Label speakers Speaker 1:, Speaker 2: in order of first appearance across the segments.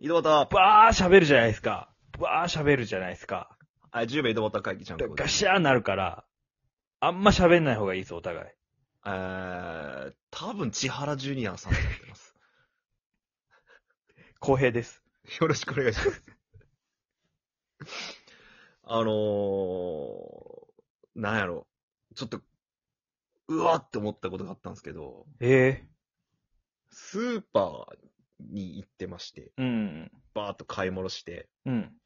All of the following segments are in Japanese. Speaker 1: 井戸端、
Speaker 2: バー喋るじゃないですか。バー喋るじゃないですか。
Speaker 1: あ、10名井戸端会議ちゃん
Speaker 2: だ
Speaker 1: と
Speaker 2: からガシャーなるから、あんま喋んない方がいいです、お互い。
Speaker 1: えー、多分千原ジュニアさんになってます。
Speaker 2: 公平です。
Speaker 1: よろしくお願いします。 あのー、なんやろ。ちょっと、うわって思ったことがあったんですけど、
Speaker 2: え
Speaker 1: スーパーに行ってまして、
Speaker 2: えうん。
Speaker 1: バーっと買い物して、
Speaker 2: うん。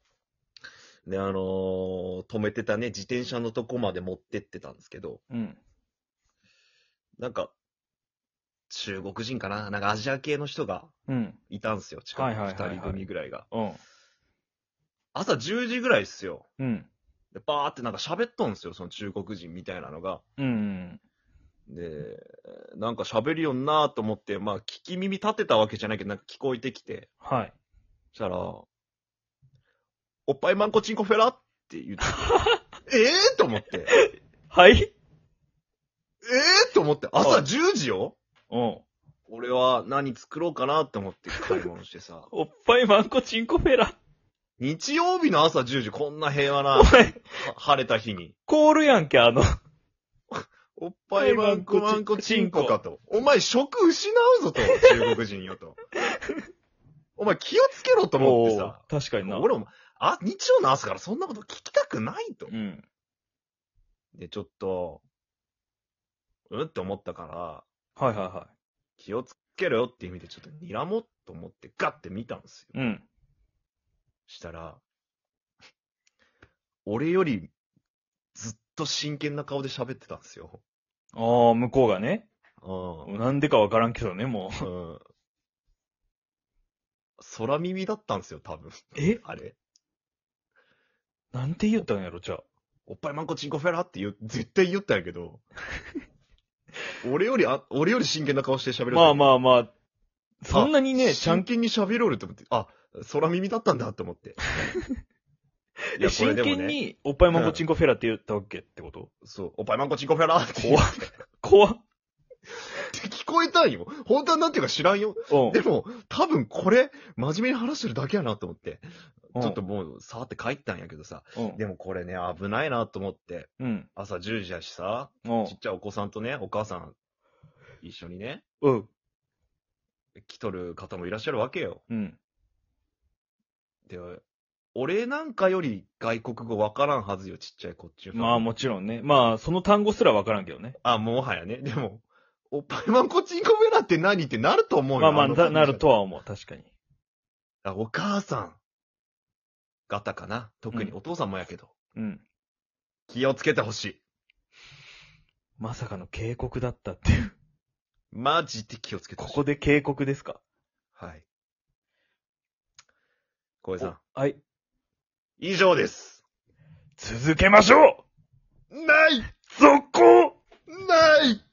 Speaker 1: で、あのー、止めてたね、自転車のとこまで持ってってたんですけど、
Speaker 2: うん。
Speaker 1: なんか、中国人かななんかアジア系の人が
Speaker 2: うん。
Speaker 1: いたんすよ。近く
Speaker 2: はいはい
Speaker 1: に
Speaker 2: はいはい
Speaker 1: 2人組ぐらいが。
Speaker 2: うん。
Speaker 1: 朝10時ぐらいっすよ。
Speaker 2: うん。
Speaker 1: で、バーってなんか喋っとんすよ、その中国人みたいなのが。
Speaker 2: うん。
Speaker 1: で、なんか喋るよんなと思って、まあ聞き耳立てたわけじゃないけど、なんか聞こえてきて、
Speaker 2: はい。
Speaker 1: そしたら、おっぱいマンコチンコフェラって 言って、ええーと思って、え
Speaker 2: はい
Speaker 1: えーと思って、朝10時よ
Speaker 2: うん。
Speaker 1: 俺は何作ろうかなって思って買い物してさ、
Speaker 2: おっぱいマンコチンコフェラ。
Speaker 1: 日曜日の朝10時こんな平和な
Speaker 2: お前、
Speaker 1: は晴れた日に、
Speaker 2: コールやんけ、あの。
Speaker 1: おっぱいマンコマンコチンコかと。お前食失うぞと、中国人よと。 お前気をつけろと思ってさ。
Speaker 2: おー確かにな。
Speaker 1: 俺も、あ、日曜の朝からそんなこと聞きたくないと
Speaker 2: う。ん。
Speaker 1: で、ちょっと、うんって思ったから、
Speaker 2: はいはいは
Speaker 1: 気をつけろよっていう意味でちょっと睨もうと思ってガッて見たんですよ。
Speaker 2: い。うん。
Speaker 1: したら、俺よりずっと真剣な顔で喋ってたんですよ。
Speaker 2: ああ、向こうがね。
Speaker 1: うん。
Speaker 2: なんでかわからんけどね、もう。
Speaker 1: うん。空耳だったんですよ、多分。
Speaker 2: え
Speaker 1: あれ。
Speaker 2: なんて言ったんやろ、じゃあ。
Speaker 1: おっぱいマンコチンコフェラって言う、絶対言ったんやけど。 俺より、あ、俺より真剣な顔して喋る。
Speaker 2: まあまあまあ。そんなにね、ちゃ
Speaker 1: 真
Speaker 2: ん、
Speaker 1: 剣に喋ろうると思って、あ、空耳だったんだと思 って。い
Speaker 2: え
Speaker 1: や、これ
Speaker 2: 真
Speaker 1: でもね、
Speaker 2: 剣に、おっぱいマンコチンコフェラって言ったわけってこと
Speaker 1: そう、おっぱいマンコチンコフェラって言
Speaker 2: 怖っ。怖っ。
Speaker 1: って聞こえたんよ。本当はなんていうか知らんよ。
Speaker 2: うん
Speaker 1: でも、多分これ、真面目に話してるだけやなと思って、
Speaker 2: うん
Speaker 1: ちょっともう、さーって帰ったんやけどさ。
Speaker 2: うん
Speaker 1: でもこれね、危ないなと思って、
Speaker 2: うん。
Speaker 1: 朝10時だしさ、
Speaker 2: うん
Speaker 1: ちっちゃいお子さんとね、お母さん、一緒にね、
Speaker 2: うん。
Speaker 1: 来とる方もいらっしゃるわけよ。
Speaker 2: うん。
Speaker 1: で、俺なんかより外国語わからんはずよ、ちっちゃいこっちゅう方が
Speaker 2: まあもちろんね。まあ、その単語すらわからんけどね。
Speaker 1: あ、もはやね。でも、おっぱいマンコチンコメラって何ってなると思うよ。
Speaker 2: まあまあ、
Speaker 1: の
Speaker 2: ななると。は思う、確かに。
Speaker 1: あお母さん。方かな。特に
Speaker 2: うん
Speaker 1: お父さんもやけど。
Speaker 2: うん。
Speaker 1: 気をつけてほしい。
Speaker 2: まさかの警告だったっていう。
Speaker 1: マジで気をつけて
Speaker 2: こ
Speaker 1: ほしい。
Speaker 2: こで警告ですか
Speaker 1: はい。小江さん、
Speaker 2: おはい。
Speaker 1: 以上です。
Speaker 2: 続けましょ
Speaker 1: ないう
Speaker 2: 続行
Speaker 1: ない